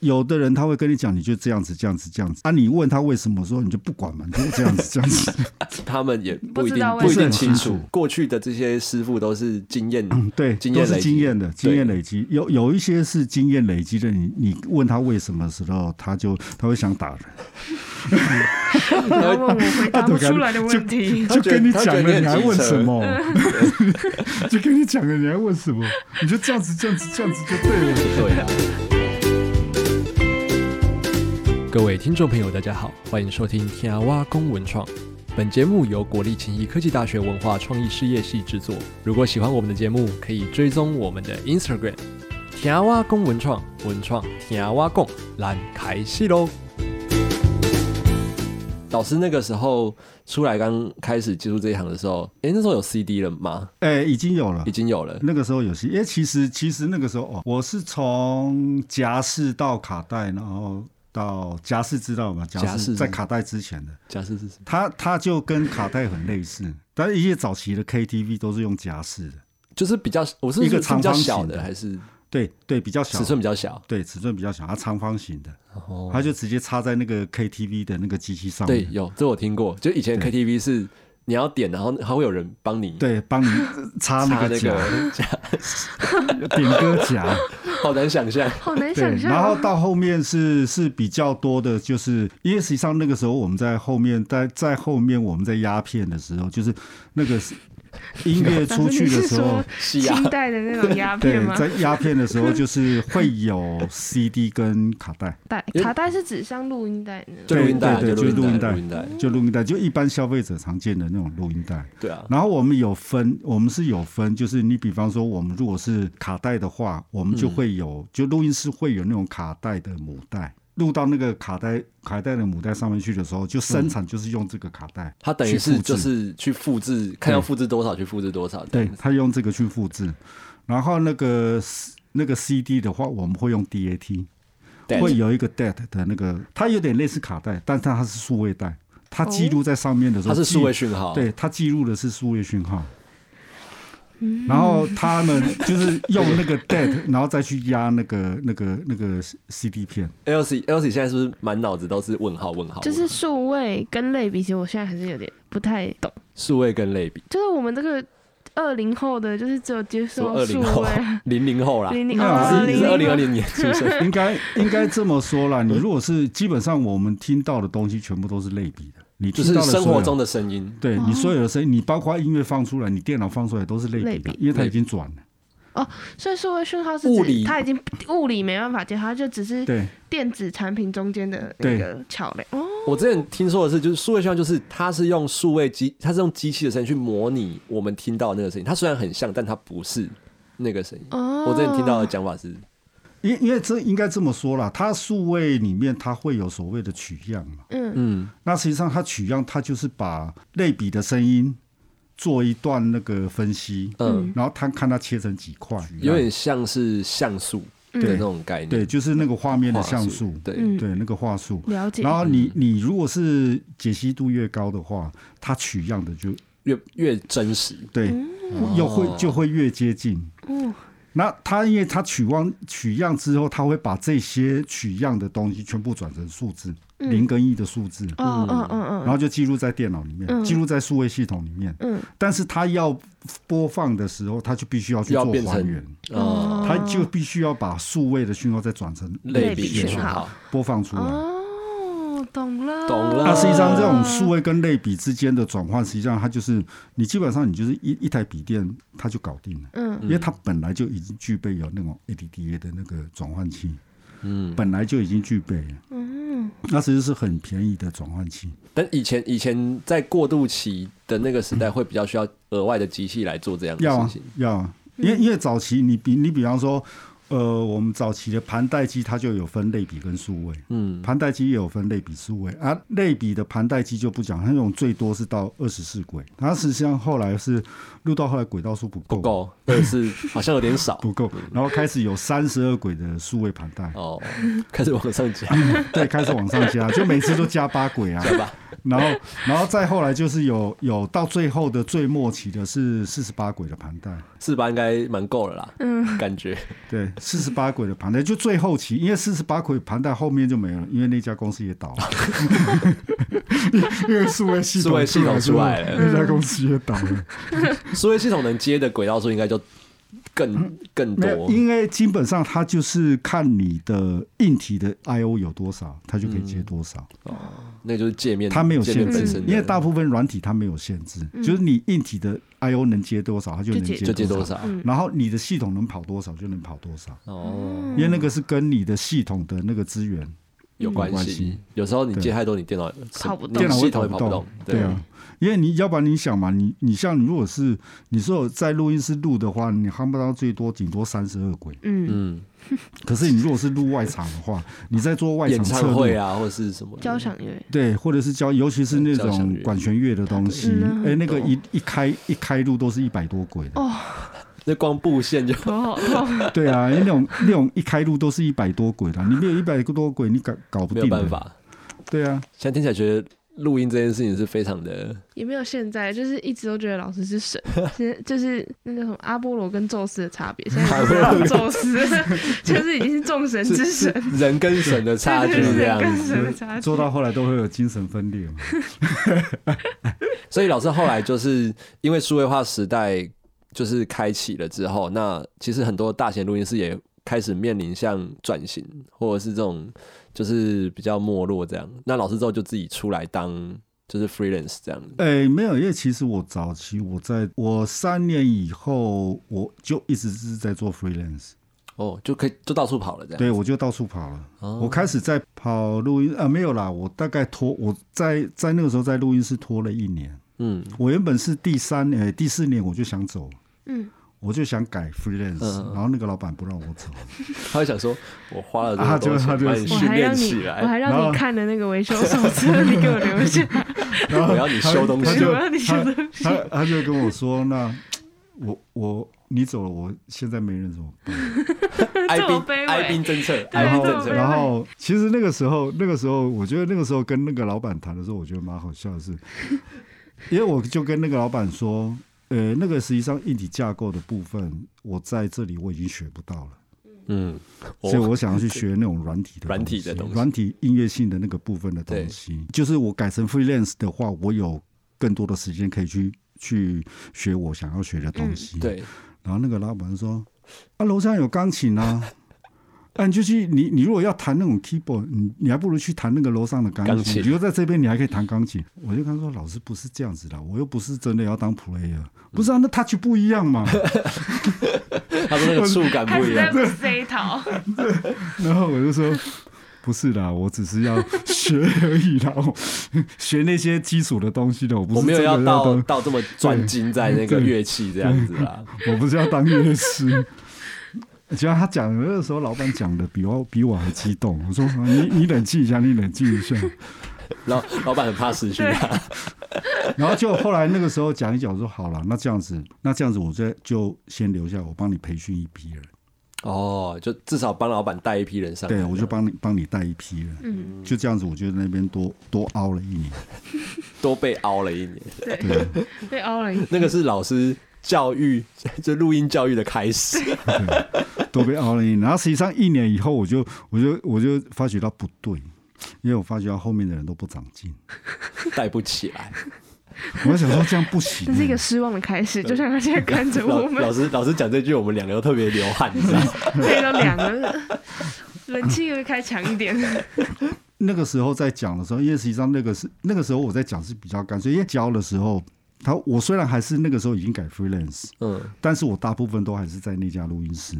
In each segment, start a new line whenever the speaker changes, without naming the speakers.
有的人他会跟你讲，你就这样子，这样子，这样子。啊，你问他为什么说，你就不管嘛，你就这样子，这样子。
他们也不一
不知道
定
为什么
不一定清
不是很清
楚
楚。
过去的这些师傅都是经 验，
嗯，对，
经
都
验累
是
积
经验的，经验
对
累积。有有一些是经验累积的，你你问他为什么的时候，他就他会想打人，
不要问我回答不出来的
就
问题。
他
就
觉得
跟你
他
讲
觉得
了，
你
你还
很机
问
车
什么？ 就跟你讲了，你还问什么？你就这样子，这样子，这样子就对了。
对啊。
各位听众朋友，大家好，欢迎收听《天涯挖工文创》。本节目由国立勤益科技大学文化创意事业系制作。如果喜欢我们的节目，可以追踪我们的 Instagram“ 天涯挖工文创”，文创天涯挖工，咱开始喽。
老师那个时候出来刚开始接触这一行的时候，诶，那时候有 CD 了吗？
哎，已经有了
已。经有了。
那个时候有戏，因为其实其实那个时候哦，我是从夹式到卡带，然后到夹式知道吗？夹
夹
式
式是
在卡带之前的，
假设是什么？
它它就跟卡带很类似，但是一些早期的 KTV 都是用夹式的，
就是比较，我是
一个
是比较
长方形
小的，
的
还是
对对，比较小
尺寸比较小？
对尺寸比较小，它长方形的，
哦，
它就直接插在那个 KTV 的那个机器上
对，
面。
有这我听过。就以前 KTV 是你要点，然后还会有人帮你
对，帮你插
插
那
那
个
个
夹，
夹，
点歌 夹，
好难想象。
好难
对，
想
然后
象，啊
到后面是是比较多的，就是因为实际上那个时候我们在后面，在在后面我们在压片的时候，就是那个是音乐
老
出
师
去
你
的
是
时候
说，
是啊
清，代的那种鸦
对
片，吗？
在压片的时候就是会有 CD 跟卡带，
带卡带是指像录音带那种，
就录音带，啊
对对
就录音带，
就
录
录
音
音
带。
就录音带，就一般消费者常见的那种录音带。
对啊，
然后我们有分，我们是有分，就是你比方说，我们如果是卡带的话，我们
嗯
就会有，就录音师会有那种卡带的母带，录到那个卡带卡带的母带上面去的时候，就生产就是用这个卡带，
嗯它等于是
去复制
就是去复制，看要复制多少去复制多少。
对他用这个去复制。然后那个 C- 那个 CD 的话，我们会用 DAT，
对，
会有一个 DAT 的那个，它有点类似卡带，但是它是数位带，它记录在上面的时候，
哦它是数位
记
讯号。
对，它记录的是数位讯号。然后他们就是用那 个 DAT，然后再去压那个那个那个 CD 片。
l c l c 现在是不是满脑子都是问号问号？
就
问
是
号
数位跟类比，其实我现在还是有点不太懂。
数位跟类比，
就是我们这个二零后的，就是只有接
什么
受
二
数
零后
位，、
零零后啦，
零零
没有
哦
啊
你是二零二
零
零年 出生。
应该应该这么说 啦，你如果是基本上我们听到的东西全部都是类比的，你
就
听
是
到的
生
所
活
有
中的哦声音，
对你所有的声音，你包括音乐放出来，你电脑放出来都是类比的
类，比
因为它已经转了。
所以数位讯号是
物
指
理
它已经物理没办法接，它就只是
对
电子产品中间的那个桥梁。哦，
我之前听说的是，就是数位讯号，就是它是用数位机，它是用机器的声音去模拟我们听到的那个声音。它虽然很像，但它不是那个声音。
哦
我之前听到的讲法是，
因因为这应该这么说啦，它数位里面它会有所谓的取样嘛。
嗯，
嗯，
那实际上它取样，它就是把类比的声音做一段那个分析，
嗯，
然后它看它切成几块，
有点像是像素的那种概念，
对，就是那个画面的像素，
对，嗯
嗯
对，那个话术。
了解
然。后你你如果是解析度越高的话，它取样的就
越越真实，
对，
嗯
又会就会越接近。
哦，
那它因为它取样取样之后，它会把这些取样的东西全部转成数字，零跟一的数字，
哦，嗯嗯
然后就记录在电脑里面，记录在数位系统里面。
嗯，
但是它要播放的时候，它就必须要去
要
做
变
还
成
原，
呃
它就必须要把数位的讯号再转成
类
比
比
讯
讯
号
号。
播放出来。
哦，懂了，
嗯懂了
啊那实际上，这种数位跟类比之间的转换，实际上它就是你基本上你就是一一台笔电，它就搞定了，
嗯
因为它本来就已经具备有那种 ADDA 的那个转换器，
嗯，
本来就已经具备了，
嗯，
那其实是很便宜的转换器。
但以前以前在过渡期的那个时代，会比较需要额外的机器来做这样
要
的
啊
事情。
要啊，因为因为早期你比你比方说，呃，我们早期的盘带机它就有分类比跟数位，
嗯，
盘带机也有分类比数位啊，类比的盘带机就不讲，它那种最多是到二十四轨，它实际上后来是录到后来轨道数不够，嗯
不够，或者是好像有点少
不够，然后开始有三十二轨的数位盘带，
哦，开始往上讲。
对，开始往上加，就每次都加八轨啊，然后然后再后来就是有有到最后的最末期的是四十八轨的盘带，
四八应该蛮够了啦，
嗯，
感觉
对，四十八轨的盘带就最后期，因为四十八轨盘带后面就没了，因为那家公司也倒了， 因为数位系统
数位系统出来了嗯
那家公司也倒了。
数位系统能接的轨道数应该就更更
没
多
有，，因为基本上它就是看你的硬体的 I O 有多少，它就可以接多少，
嗯那就是界面
它没有
界面
限
本
制
身，的，
因为大部分软体它没有限制，就是你硬体的 I O 能接多少，它就能
就接
嗯就接多
多少，
少
嗯
然后你的系统能跑多少就能跑多少，
嗯
哦
因为那个是跟你的系统的那个资源，
有关
关
系
系。
有时候你
对
接太多，你电脑
跑不动
你
电脑
系
会
统也
不
跑不动，
对啊。因为你要不然你想嘛，你你像你如果是你说我在录音室录的话，你夯不到最多顶多三十二轨。
嗯，
嗯，
可是你如果是录外场的 话，你在做外
演
场策
唱会
略，
啊，或者是什么的
交响乐，
对，或者是教，尤其是那
交响
种
乐
管弦乐的东西
嗯，
哎、那个
懂
一一开一开路都是一百多轨的，
那光布线 就
头好痛，
对啊，因为那种那种一开路都是一百多轨的，你没有一百多轨，你搞搞不
没
定，
有办，法。
对 啊，
现在听起来觉得录音这件事情是非常的，
也没有现在，就是一直都觉得老师是 神，其实就是那叫什么阿波罗跟宙斯的差别，现 在不知道宙斯就是已经是众神之神，
人跟神的差距
对对对
这样
跟
子。
神的差距，
做到后来都会有精神分裂嘛，
所以老师后来就是因为数位化时代就是开启了之后，那其实很多大型录音室也开始面临像转型或者是这种就是比较没落这样。那老师之后就自己出来当就是 freelance 这样子。
哎、没有，因为其实我早期我在我三年以后，我就一直是在做 freelance，
哦，就可以就到处跑了这样。
对我就到处跑了。
哦，
我开始在跑录音啊，没有啦，我大概拖我在在那个时候在录音室拖了一年。
嗯
我原本是第三年、呃第四年我就想走，
嗯，
我就想改 freelance，、
嗯嗯
然后那个老板不让我 走，
他会想说，我花了这
啊
么
他就
多
他
钱
就
把你
我
训
还
练
让
起
你，我
来，
还
然
让
后
你看了那个维修手册，你给我 留下，
然后
我要你
他
修东
他
西
就
我 要你修
他
东西
他他就跟我说，那我我你走了，我现在没人怎么办？
哀
这么
兵
卑微
哀兵政策，
对
哀
然
兵
后
这种
政
没办法
然
策，
后其实那个时候那个时候，我觉得那个时候跟那个老板谈的时候，我觉得蛮好笑的是，因为我就跟那个老板说，呃，那个实际上硬体架构的部分，我在这里我已经学不到了。
嗯，
所以
哦
我想要去学那种软体的
软体的东西
软体音乐性的那个部分的东西。就是我改成 freelance 的话，我有更多的时间可以去去学我想要学的东西。，
嗯对，
然后那个老板说：“啊，楼上有钢琴啊。” 啊，你就去你你如果要弹那种 keyboard，你你还不如去弹那个楼上的钢琴。
钢琴
你就在这边，你还可以弹钢琴。我就跟他说，老师不是这样子的，我又不是真的要当 player，不是啊，那 touch 不一样 嘛。
他说那个触感
开
不一
始在
样，
塞 桃，
然后我就说。不是啦，我只是要学而已啦， 我学那些基础的东西的，我不
我
是
没有
真的
要到
当，
到这么专精在那个乐器这样子啦。
我不是要当乐师。其实他讲的那个时候，老板讲的比我比我还激动。我说啊你你冷静一下，你冷静一下。
老老板很怕失去他，
然后就后来那个时候讲一讲，我说好了，那这样子，那这样子，我再就先留下，我帮你培训一批人。
哦，就至少帮老板带一批人上来。
对，我就帮你帮你带一批人。嗯，就这样子，我就在那边多多熬了一年。
多被凹了一年。
对，
被凹了一
那个是老师教育，就录音教育的开始。
都被熬了一年。然后实际上一年以后我，就我就我就发觉到不对，因为我发觉到后面的人都不长进，
带不起 来。
我想说这样不行、欸
这是一个失望的开始，就像他现在看着
老
我们
老，师老师讲这句，我们两个都特别流汗，你知 道吗？
背到凉了，冷气可不可以开强一点？
那个时候在讲的时候，因为实际上那个是那个时候我在讲是比较干脆，因为教的时候。他我虽然还是那个时候已经改 freelance，
嗯，
但是我大部分都还是在那家录音室，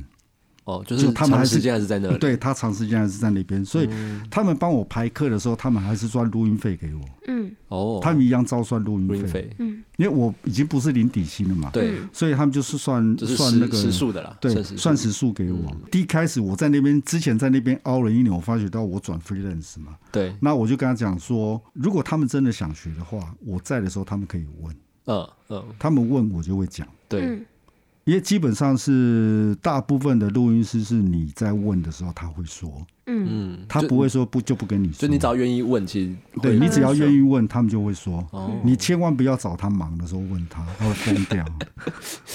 哦，就是
就他们
长
还是
时间还是在那里。
对他长时间还是在那边，所以
嗯
他们帮我排课的时候，他们还是算录音费给我，
嗯
哦，
他们一样照算录
录音
音费，
费，
嗯
因为我已经不是零底薪了嘛，
对，
所以他们就是算
就是
算那
时
个
时数的啦，
对，
时
算
数嗯
时数给我。第一开始我在那边之前在那边熬了一年，我发觉到我转 freelance 嘛，
对，
那我就跟他讲说，如果他们真的想学的话，我在的时候他们可以问，
嗯嗯，
他们问我就会讲，
对，
嗯
因为基本上是大部分的录音师是你在问的时候他会说，
嗯，
嗯，
他
就
不会说不就不跟你说，
就你只要愿意问，其实
对
会
你只要
嗯
愿意问，他们就会说。
哦，
你千万不要找他忙的时候问他，他会疯掉，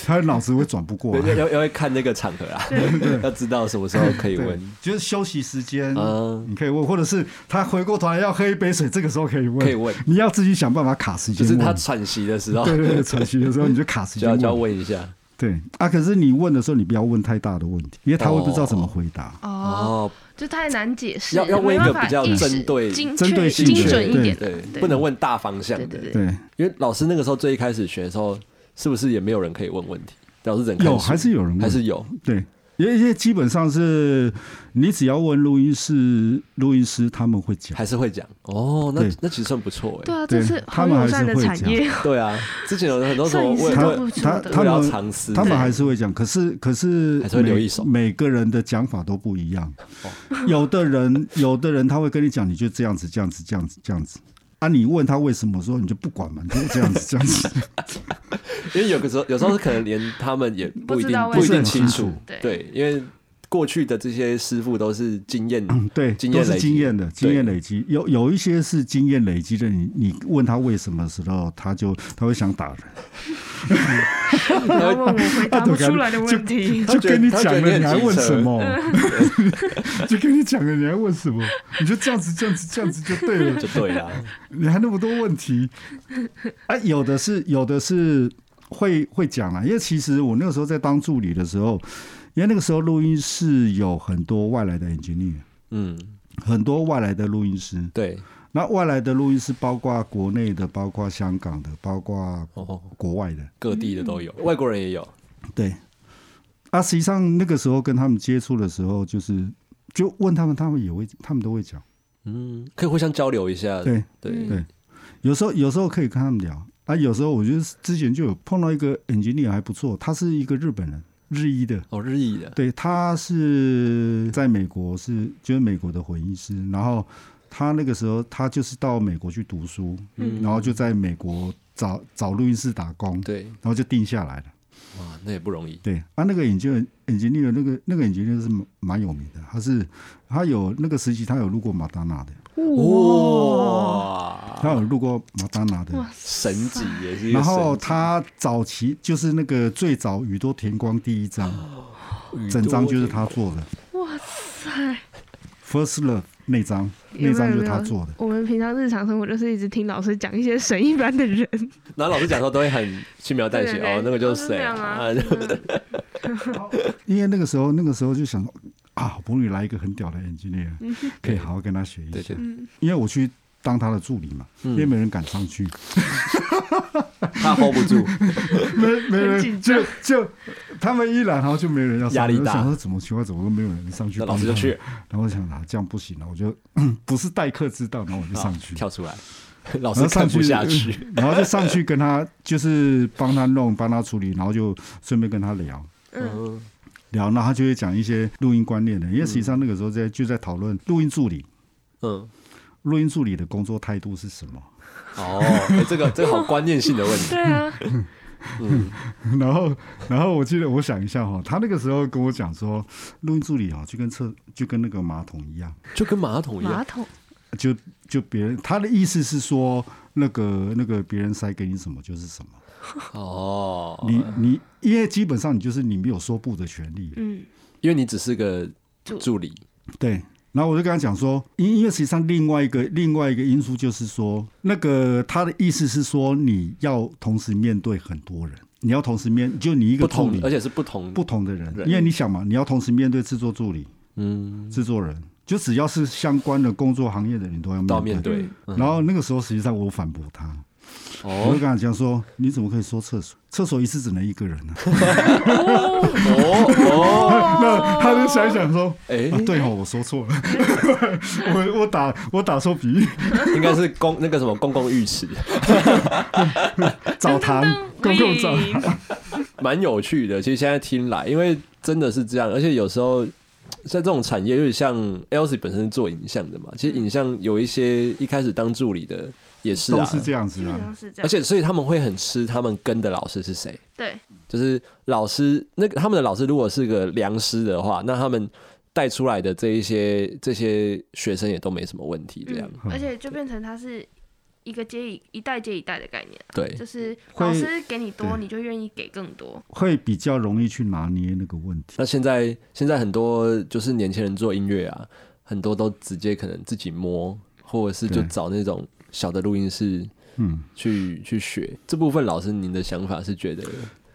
他脑子会转不过
要
来。
要要看那个场合啊， 要知道什么时候可以
对
问。，
就是休息时间，
嗯，
你可以问，或者是他回过头来要喝一杯水，这个时候可以问。
可以问，
你要自己想办法卡时
就
间
是
问。
他喘息的时 候
对对对，喘息的时候你就卡时间
就要
问。
就要问一下。
对啊，可是你问的时候，你不要问太大的问题，因为他会不知道怎么回答。
哦，
哦，
就太难解释，
要要问一个
没办法
比较
意识
针对
精
针
确
对性
精
的
准一
对
点的
对，，
对
不能问大方向
对
的
对，对，
对，
因为老师那个时候最一开始学的时候，是不是也没有人可以问问题？老师只能看
有
书
还是有人问，
还是有
对，因为因为基本上是你只要问录音室录音师，他们会讲。
还是会讲哦，那
对
那其实算不错
对
哎。
啊，
对
这是
他
好
们
友
还是
善的
会
产
讲
业，
对啊，之前有很多什么
摄影师
为
他
都
为
不出
他
的，
他
为了要
们
藏私，
他们
对
还是会讲，可是可是
还是会留一
每
手哦
每个人的讲法都不一样， 有的人有的人他会跟你讲，你就这样子这样子这样子这样子。啊，你问他为什么说你就不管嘛，你就这样子这样子，
因为有个时候，有时候可能连他们也 不一
不知道
定
为
不
什么
一定清楚，
对
对，因为过去的这些师傅都是经 验，
嗯对，
啊经
都
验累
是
积
经验的，经验
对
累积。有有一些是经验累积的，你你问他为什么的时候，他就他会想打人，
不要问我回答不出来的
就
问题。
他
就
觉得
跟你
他觉
讲
得
了，
你
你还
很机
问什
车
么？就跟你讲了，你还问什么？你就这样子这样子这样子就对了
就，对啦，
你还那么多问题啊？有的是，有的是会会讲啊啦，因为其实我那个时候在当助理的时候，因为那个时候录音室有很多外来的 engineer，
嗯，
很多外来的录音师。
对，
那外来的录音师包括国内的，包括香港的，包括
哦，
国外的，
各地的都有，嗯外国人也有，
对。啊，实际上那个时候跟他们接触的时候，就是就问他们，他们也会，他们都会讲。
嗯，可以互相交流一下，
对，
对
嗯
对有时候有时候可以跟他们聊啊，有时候我就是之前就有碰到一个 engineer 还不错，他是一个日本人，日裔的，
哦，日裔的，
对，他是在美国是就是美国的混音师，然后他那个时候他就是到美国去读书，
嗯
然后就在美国找找录音室打工，然
对，
后就定下来了。
哇，那也不容易，
对啊，那个 engineer engineer 那个那个 engineer 是蛮蛮有名的，他是他有那个时期他有录过马丹娜的，
哇，
他
哇，
有录过马丹娜的。
哇
神级也是一个神级，
然后他早期就是那个最早《宇多田光》第一章，
哦宇多
整张就是他做的
哇塞！
《First Love》那张，那张就是他做的。
我们平常日常生活就是一直听老师讲一些神一般的人，
田，然后老师讲说都会很轻描淡
对
写，
对对
哦，那个就
都
是
这
谁
样啊？
啊，
嗯
因为那个时候，那个时候就想说啊，好不容易来一个很屌的 engineer，可以好好跟他学一
对
下
对。，
嗯
因为我去当他的助理嘛，因为没人敢上去，
他 hold 不 住，
没没人
紧
就
张
就他们一来，然后就没人要上去
压力
我
大
想说怎么奇怪，怎么都没有人上去
那
帮
老
他
师
们？
就去
然后我想啊，这样不行了，我就不是待客之道，然后我就上去
啊。跳出来，
然后
老师
上
看
去
不下去，
然后就上去跟他就是帮他弄、帮他处理，然后就顺便跟他聊
嗯，
嗯，
聊，然后他就会讲一些录音观念的，因为实际上那个时候在就在讨论录音助理。
嗯，
录音助理的工作态度是什么？
哦，欸这个这个 好观念性的问题，
对啊，
嗯，
然后，然后我记得我想一下哈、他那个时候跟我讲说，录音助理哦，就跟厕就跟那个马桶一样，
就跟马桶一
马
样，
桶
就就别人他的意思是说，那个那个别人塞给你什么就是什么，
哦，
你你因为基本上你就是你没有说不的权利，
嗯，
因为你只是个
助
助理，
对，然后我就跟他讲说，因因为实际上另外一个另外一个因素就是说，那个他的意思是说，你要同时面对很多人，你要同时面就你一
不
个助
同
理，，
而且是不同，
不同的人，
人
因为你想嘛，你要同时面对制作助理、
嗯，
制作人，就只要是相关的工作行业的人都要面
都
对。
要面对，嗯
然后那个时候，实际上我反驳他，我就
哦
跟他讲说：“你怎么可以说厕所？厕所一次只能一个人啊 呢、
哦哦，
啊？”那他就想一想说：“
哎
啊，，对哦，我说错了， 我我打我打错比喻，
应该是公那个什么公共浴池，
澡堂公共澡堂。
堂，
蛮有趣的。其实现在听来，因为真的是这样，而且有时候在这种产业，有点像 Elsie 本身是做影像的嘛，其实影像有一些一开始当助理的也是
都
啊，
是这 样
基
子
本
啊
上。是这样，
而且所以他们会很吃他们跟的老师是谁，
对，
就是老师那个他们的老师如果是个良师的话，那他们带出来的这一些这些学生也都没什么问题，这样、
嗯，而且就变成它是一个接一一代接一代的概念啊、
对
就是
会
老师给你多，
对
你就愿意给更多。
会比较容易去拿捏那个问题。
那现在现在很多就是年轻人做音乐啊，很多都直接可能自己摸，或者是就
对
找那种小的录音室
嗯，
去去学。这部分老师您的想法是觉得，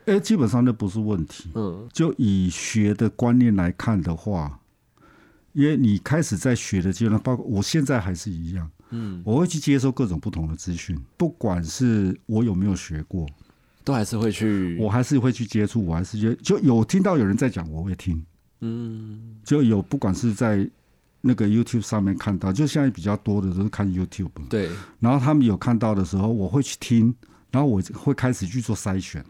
哎、基本上那不是问题。
嗯
就以学的观念来看的话，因为你开始在学的阶段，包括我现在还是一样，
嗯，
我会去接收各种不同的资讯，不管是我有没有学过，
都还是会去
我，还是会去接触，我还是觉得就有听到有人在讲，我会听，
嗯
就有不管是在那个 YouTube 上面看到，就现在比较多的都是看 YouTube，
对，
然后他们有看到的时候，我会去听，然后我会开始去做筛选。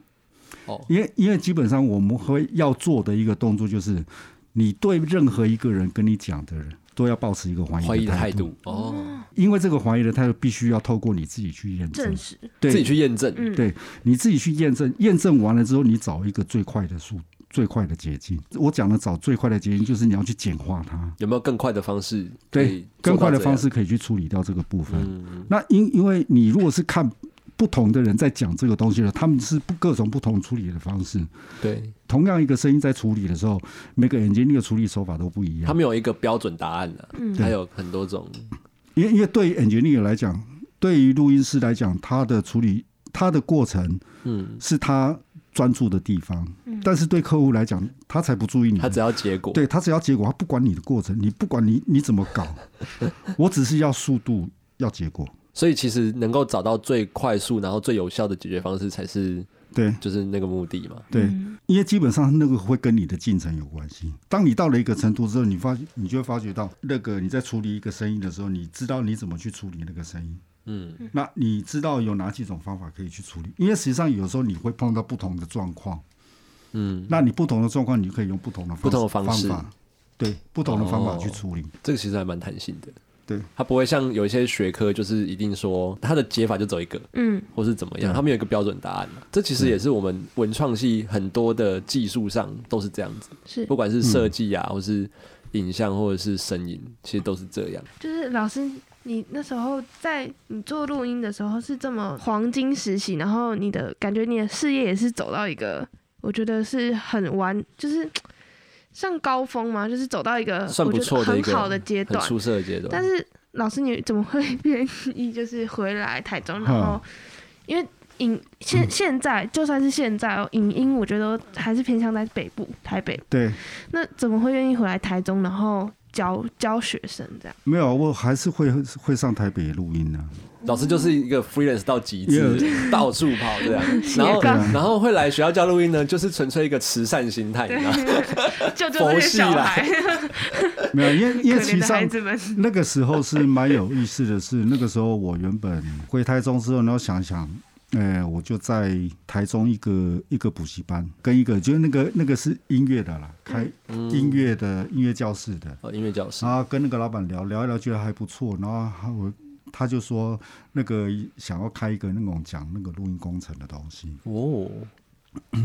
哦，
因为因为基本上我们会要做的一个动作就是，你对任何一个人跟你讲的人都要保持一个怀
怀疑
疑
的
的
态
态度，
度哦，
因为这个怀疑的态度必须要透过你自己去验证
证，实，
对，
自己去验证，
嗯，
对你自己去验证，验证完了之后，你找一个最快的速。最快的捷径，我讲的找最快的捷径就是你要去简化它，
有没有更快的方式？
对，更快的方，式可以去处理掉这个部分。
嗯，
那因因为你如果是看不同的人在讲这个东西了，他们是不各种不同处理的方式，
对，
同样一个声音在处理的时候，每个 engineer 的处理手法都不一
他
样。
们有一个标准答案的、
嗯
还有很多种，
因为因为对于 engineer 来讲，对于录音师来讲，他的处理他的过程
嗯，
是他专注的地方，
嗯
但是对客户来讲，他才不注意你。
他只要结果，
对他只要结果，他不管你的过程，你不管你你怎么 搞，我只是要速度，要结果。
所以其实能够找到最快速，然后最有效的解决方式，才是
对
就是那个目的嘛。
对，
嗯
因为基本上那个会跟你的进程有关系。当你到了一个程度之后，你发你就会发觉到那个你在处理一个声音的时候，你知道你怎么去处理那个声音。
嗯，
那你知道有哪几种方法可以去处理？因为实际上有时候你会碰到不同的状况，
嗯，
那你不同的状况，你可以用不同的方
不同的方式
法，对，不同的方法
哦
去处理。
这个其实还蛮弹性的。
对，
它不会像有一些学科，就是一定说它的解法就走一个，
嗯，
或是怎么样，
对
他们有一个标准答案嘛。这其实也是我们文创系很多的技术上都是这样子，
是，
不管是设计
嗯
啊，或是影像，或者是声音，其实都是这样。
就是老师，你那时候在你做录音的时候是这么黄金时期，然后你的感觉，你的事业也是走到一个，我觉得是很完，就是像高峰嘛，就是走到一个
算不错
呃我觉
的
得
一个
很好的阶
很
段。
出色的阶段，
但是老师，你怎么会愿意就是回来台中，然 后因为影现现在就算是现在哦，影音我觉得还是偏向在北部台北，
对，
那怎么会愿意回来台中，然后教教学生 这样？
没有，啊我还是会会上台北录音啊呢、
老师就是一个 freelance 到极致，到处跑这样，
斜
然后
杠
然后会来学校教录音呢，就是纯粹一个慈善心态，你知道吗
救救这个小孩，
没有，因为因
可
为其实
怜的孩
上
子们。
那个时候是蛮有意思的是，那个时候我原本回台中之后，然后想想，呃，我就在台中一个一个补习班，跟一个就是那个那个是音乐的啦，开
嗯
音乐的、音乐教室的，
哦，音乐教室
然后跟那个老板聊聊一聊，觉得还不错，然后他我他就说那个想要开一个那种讲那个录音工程的东西，
哦，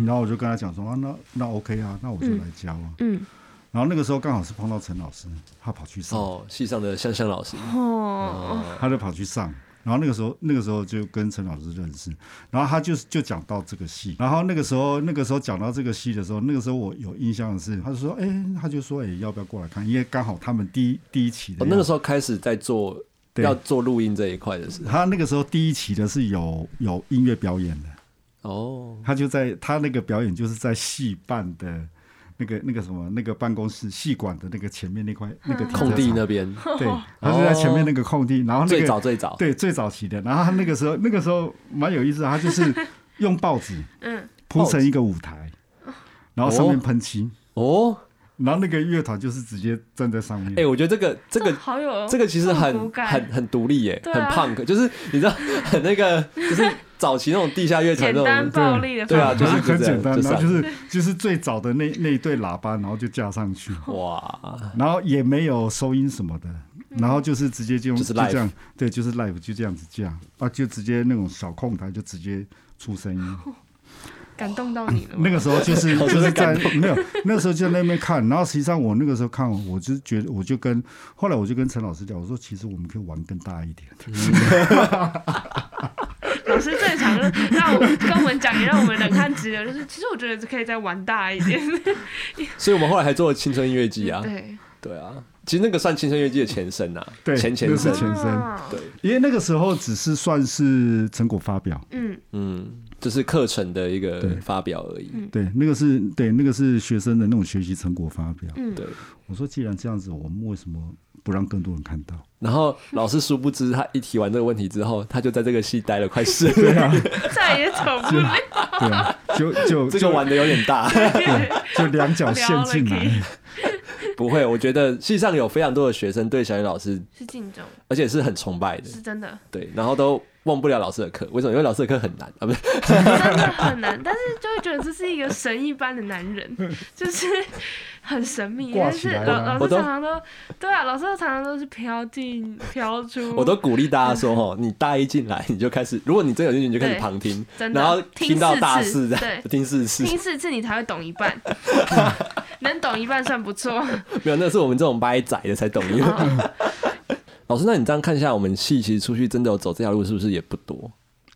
然后我就跟他讲说啊，那那 OK 啊，那我就来教啊。
嗯，
然后那个时候刚好是碰到陈老师，他跑去上，
哦，系上的香香老师，
哦，
他就跑去上。然后那个时候，那个时候就跟陈老师认识，然后他就是就讲到这个戏，然后那个时候，那个时候讲到这个戏的时候，那个时候我有印象的是，他就说，哎，他就说，哎，要不要过来看？因为刚好他们第一第一期的
哦，
要、
那个时候开始在做
对
要做录音这一块的时
他那个时候第一期的是有有音乐表演的，
候，哦，
他就在他那个表演就是在戏办的那个那个什么那个办公室戏馆的那个前面那块那个停车
空地
场，
那边
对，他就在前面那个空地，然后那
最
个
早最早，
对最早期的，然后他那个时候那个时候蛮有意思的，他就是用报纸
嗯，
铺成一个舞台，然后上面喷漆，
哦，
然后那个乐团就是直接站在上面，
哎，我觉得这个这个
好有
这个其实
复古
很
感
很很独立耶，
对
很
啊
punk，就是你知道很那个，就是早期那种地下乐团那
简单
种，
暴力的
对啊
方
就是
法
很简单，
就
然
是这样
后就是 就是最早的那那一对喇叭，然后就架上去，
哇，
然后也没有收音什么的，
嗯
然后就是直接就用
就是 live
这样，对，就是 live 就这样子架啊，就直接那种小空台就直接出声音，
感动到你了吗？
那个时候就是
好
就是在
真的
没有，那时候就在那边看，然后实际上我那个时候看，我就觉得我就跟后来我就跟陈老师讲，我说其实我们可以玩更大一点，
老师最常就让我跟我们讲，也让我们冷汗直流。就是其实我觉得可以再玩大一点。
所以我们后来还做了青春音乐季啊，
对，
对啊，其实那个算青春音乐季的前身啊，
对
前前
那是
身
前，身
啊
对，
因为那个时候只是算是成果发表，
嗯，
嗯，就是课程的一个
对
发表而已，
嗯
对，那个是对那个是学生的那种学习成果发表。
嗯
对。
我说既然这样子，我们为什么不让更多人看到？
然后老师殊不知，他一提完这个问题之后，他就在这个系待了快四年，
再也走不了。
对啊，就就
这个玩的有点大。
就两脚陷进
聊了
来，
不会，我觉得系上有非常多的学生对小雨老师，
是敬重，
而且是很崇拜的，
是真的，
对，然后都忘不了老师的课。为什么？因为老师的课很难啊，不是？
真的很难。但是就会觉得这是一个神一般的男 人，就是很神秘。
挂
但
起
是
来了
老老
我
师
都
常常都对啊，老师常常都是飘进飘出。
我都鼓励大家说，哦，你大一进来你就开始，如果你真有兴趣，你就开始旁听，
真的
然后听到大
听四次
这样
对
听四次。
听四次你才会懂一 半，能懂一半算不错。
没有，那是我们这种掰仔的才懂。因为老师，那你这样看一下，我们系其实出去真的有走这条路，是不是也不多？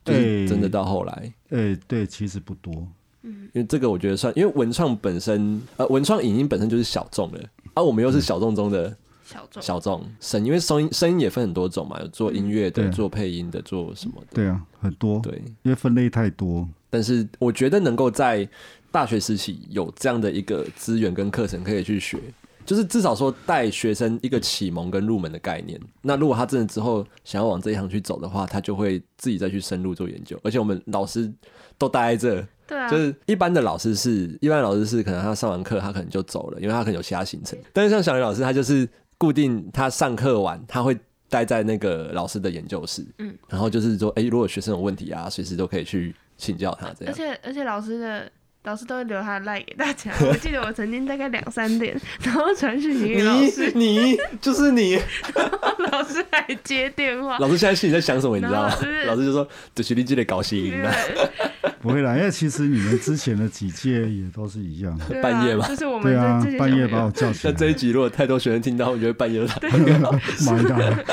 就是
哎
真的到后来。
哎，对，其实不多，
因为这个我觉得算，因为文创本身，呃，文创影音本身就是小众的，而、我们又是小众中的
小众，
小众声音，因为声音声音也分很多种嘛，有做音乐的，
对
做配音的，做什么的，
对啊，很多，
对。
因为分类太多，
但是我觉得能够在大学时期有这样的一个资源跟课程可以去学，就是至少说带学生一个启蒙跟入门的概念。那如果他真的之后想要往这一行去走的话，他就会自己再去深入做研究。而且我们老师都待在这，
对啊，
就是一般的老师是，一般的老师是可能他上完课他可能就走了，因为他可能有其他行程。但是像小林老师，他就是固定他上课完，他会待在那个老师的研究室，嗯
嗯，
然后就是说，哎、如果学生有问题啊，随时都可以去请教他这
而
样。
且而且老师的老师都会留他的 like 给大家。我记得我曾经大概两三 点，然后传讯息给老师，
你就是 你，
老师还接电话。
老师现在心里在想什么，你知道吗
然后就是？
老师就说，对，学弟记得搞谐音啊，
对
不会啦，因为其实你们之前的几届也都是一样，
对啊
半夜吗
就是我们
对
这
啊
这，些
半夜
小朋
把
友
我叫起
那
来，
这一集如果太多学生听到，我觉得半夜都打，
妈呀，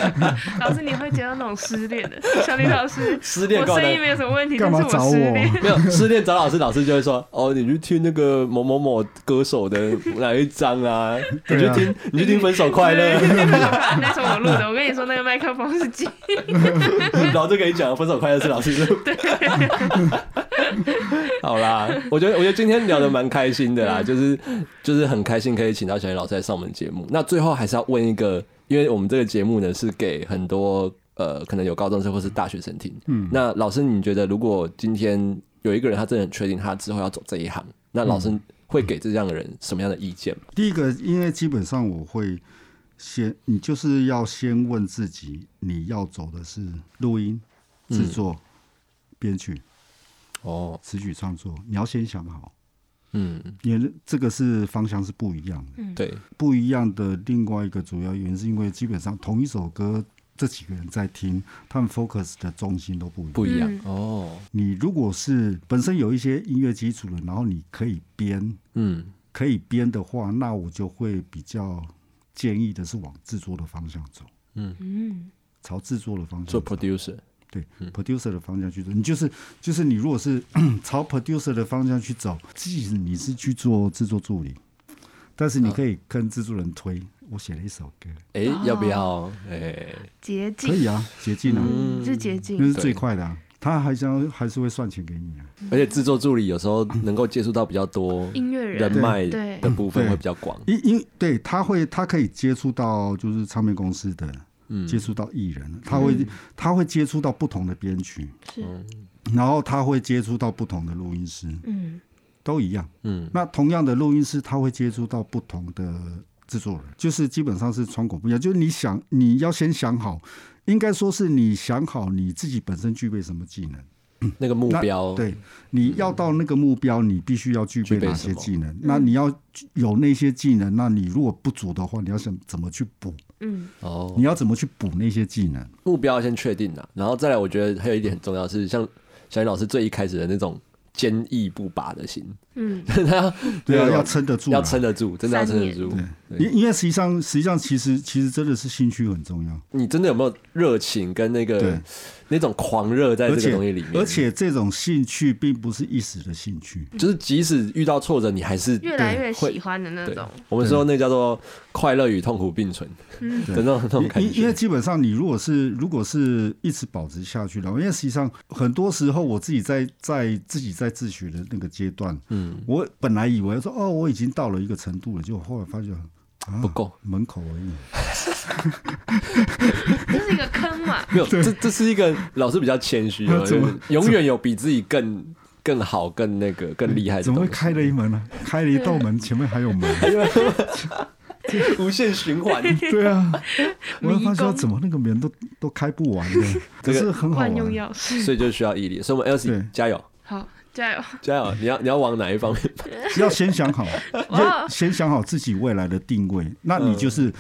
老师，你会接到那种失恋的，小林老 师
失恋
我
告
声
白
音。没有什么问题，
干
但是
嘛找
我失恋。
我？
没有失恋找老师，老师就会说：“哦，你去听那个某某某歌手的哪一张啊？你
对
去
啊
听，你去听《分手快 乐》
对，对对对那时候我录的，我跟你说那个麦克风是机，
然后就可以讲《分手快乐》是老师录。”对， 好啦，我觉得我觉得今天聊得蛮开心的啦，就是就是很开心可以请到小林老师来上我们节目。那最后还是要问一个，因为我们这个节目呢是给很多呃可能有高中生或是大学生听。嗯，那老师你觉得如果今天有一个人他真的很确定他之后要走这一行，那老师会给这样的人什么样的意见吗？
第一个，因为基本上我会先，你就是要先问自己，你要走的是录音、制作、编曲、
哦，
词曲创作，你要先想好，
嗯，
因为这个是方向是不一样的。
对，
不一样的另外一个主要原因，是因为基本上同一首歌，这几个人在听，他们 focus 的重心都不一样。
不一样、
嗯
哦，
你如果是本身有一些音乐基础了，然后你可以编，
嗯，
可以编的话，那我就会比较建议的是往制作的方向走，
嗯，
朝制作的方向
做
走
producer，
对 producer 的方向去走。你就是就是你如果是 朝 producer 的方向去走，即使你是去做制作助理，但是你可以跟制作人推，我写了一首歌，
哎、要不要？哎、
捷
可
径
以啊，捷径啊，
嗯是捷
那
径，
是最快的啊。他还是要还是会算钱给你啊，
而且制作助理有时候能够接触到比较多
音乐
人
人，
脉
对
的部分
对
会比较广，
因因对他会他可以接触到就是唱片公司的，
嗯，
接触到艺人，他会、他会接触到不同的编曲，
嗯是，
然后他会接触到不同的录音师，
嗯，
都一样。
嗯，
那同样的录音师，他会接触到不同的制作人，就是基本上是窗口不一样。就是你想，你要先想好，应该说是你想好你自己本身具备什么技能。
那个目
嗯那
标，
对，你要到那个目标，你必须要具
哦具
备
备
哪
什
些
么
技能？那你要有那些技能，那你如果不足的话，你要想怎么去补？
嗯，
哦
你，要怎么去补那些技能？
啊目标要先确定啦，然后再来，我觉得还有一点很重要是，像小林老师最一开始的那种坚毅不拔的心，
嗯，
对啊，
对
要撑得住啊，
要撑得住，真的要撑得住。
对，因因为实际上实际上其实其实真的是兴趣很重要，
你真的有没有热情跟那个
对
那种狂热在
而
这个
且
东西里面？
而且这种兴趣并不是一时的兴趣，
就是即使遇到挫折，你还是
越来越
会
喜欢的那
对
种，。
我们说那叫做快乐与痛苦并存
嗯
的那种那种感
因因因为
觉。
基本上，你如果是如果是一直保持下去的话，因为实际上很多时候我自己在在自己在自学的那个阶段，
嗯，
我本来以为说哦我已经到了一个程度了，就后来发现、啊、
不够，，
门口而已。
这是一个坑嘛
没有，这这是一个老师比较谦虚哦，就
怎么
是永远有比自己更更好、更那个、更厉害的
怎么
东
会
西，
开了一门呢、开了一道门，前面还有门。
无限循环。
对啊，我会发
迷宫
现怎么那个门都都开不完的， 可是很好
万
玩。
用钥匙。
所以就需要毅力。所以我们 Elsie
对
加油，
好，加油！
加油！你要你要往哪一方面？
要先想 好，
哇
要先想好自己未来的定位，那你就是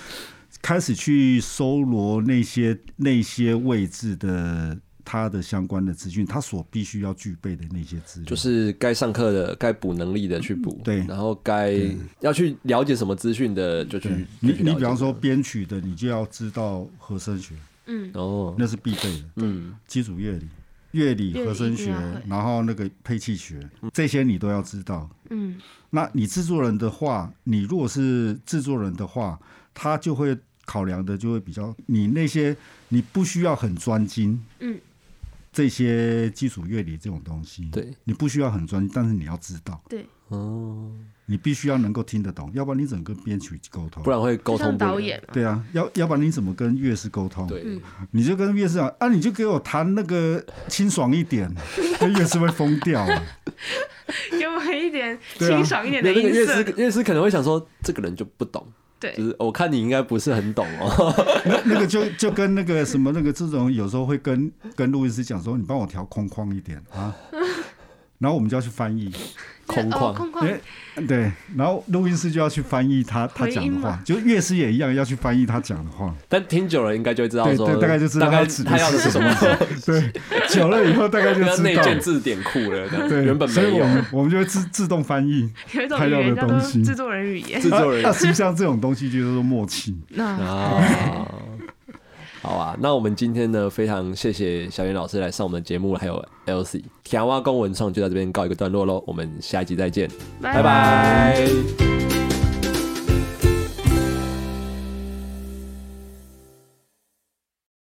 开始去搜罗那些那些位置的它的相关的资讯，它所必须要具备的那些资料。
就是该上课的、该补能力的去补，
对
然后该要去了解什么资讯的就去
对。
就
你，
去了解
你比方说，编曲的，你就要知道和声学，
嗯，
哦，
那是必备的。
嗯，
基础乐理、乐理
乐理
和声
一定
学
要会，
然后那个配器学，这些你都要知道。
嗯，
那你制作人的话，你如果是制作人的话，他就会考量的就会比较，你那些你不需要很专精，
嗯，
这些基础乐理这种东西，，
对，
你不需要很专精，但是你要知道，
对，
哦，
你必须要能够听得懂，要不然你怎么跟编曲沟通？
不然会沟
就
通
像
不了
导，演嘛，
对啊，要要不然你怎么跟乐师沟通？，
对
嗯，
你就跟乐师讲啊，你就给我弹那个清爽一 点，那乐师会疯掉、啊。
给我一点
对啊
清爽一点
那
的
那个
音
乐
色
师。乐师可能会想说，这个人就不懂，
对
就，是我看你应该不是很懂哦，
那个就就跟那个什么那个这种，有时候会跟跟录音师讲说，你帮我调空旷一点 啊，然后我们就要去翻译，
这
空
哦
旷，哎
空旷，
对，然后录音师就要去翻译他他
回
讲
音
的话
嘛，
就乐师也一样要去翻译他讲的 话，
但听久了应该就会知道
对
说，
对大概就知道
大概
他指的
他要的
是
是什
什
么
么， 对，久了以后大概就
要
知
内
道，
建字典库了，这样
对，
原本
所以我
没有。
们我们就会自自动翻译。
有一种
拍
语
到
言
的
叫
东
做
西
制作人语言。
制作人
那实际上这种东西就是默契，
那
啊。好啊，那我们今天呢，非常谢谢小袁老师来上我们的节目，还有 LC 田蛙公文创就到这边告一个段落喽，我们下一集再见，拜
拜
拜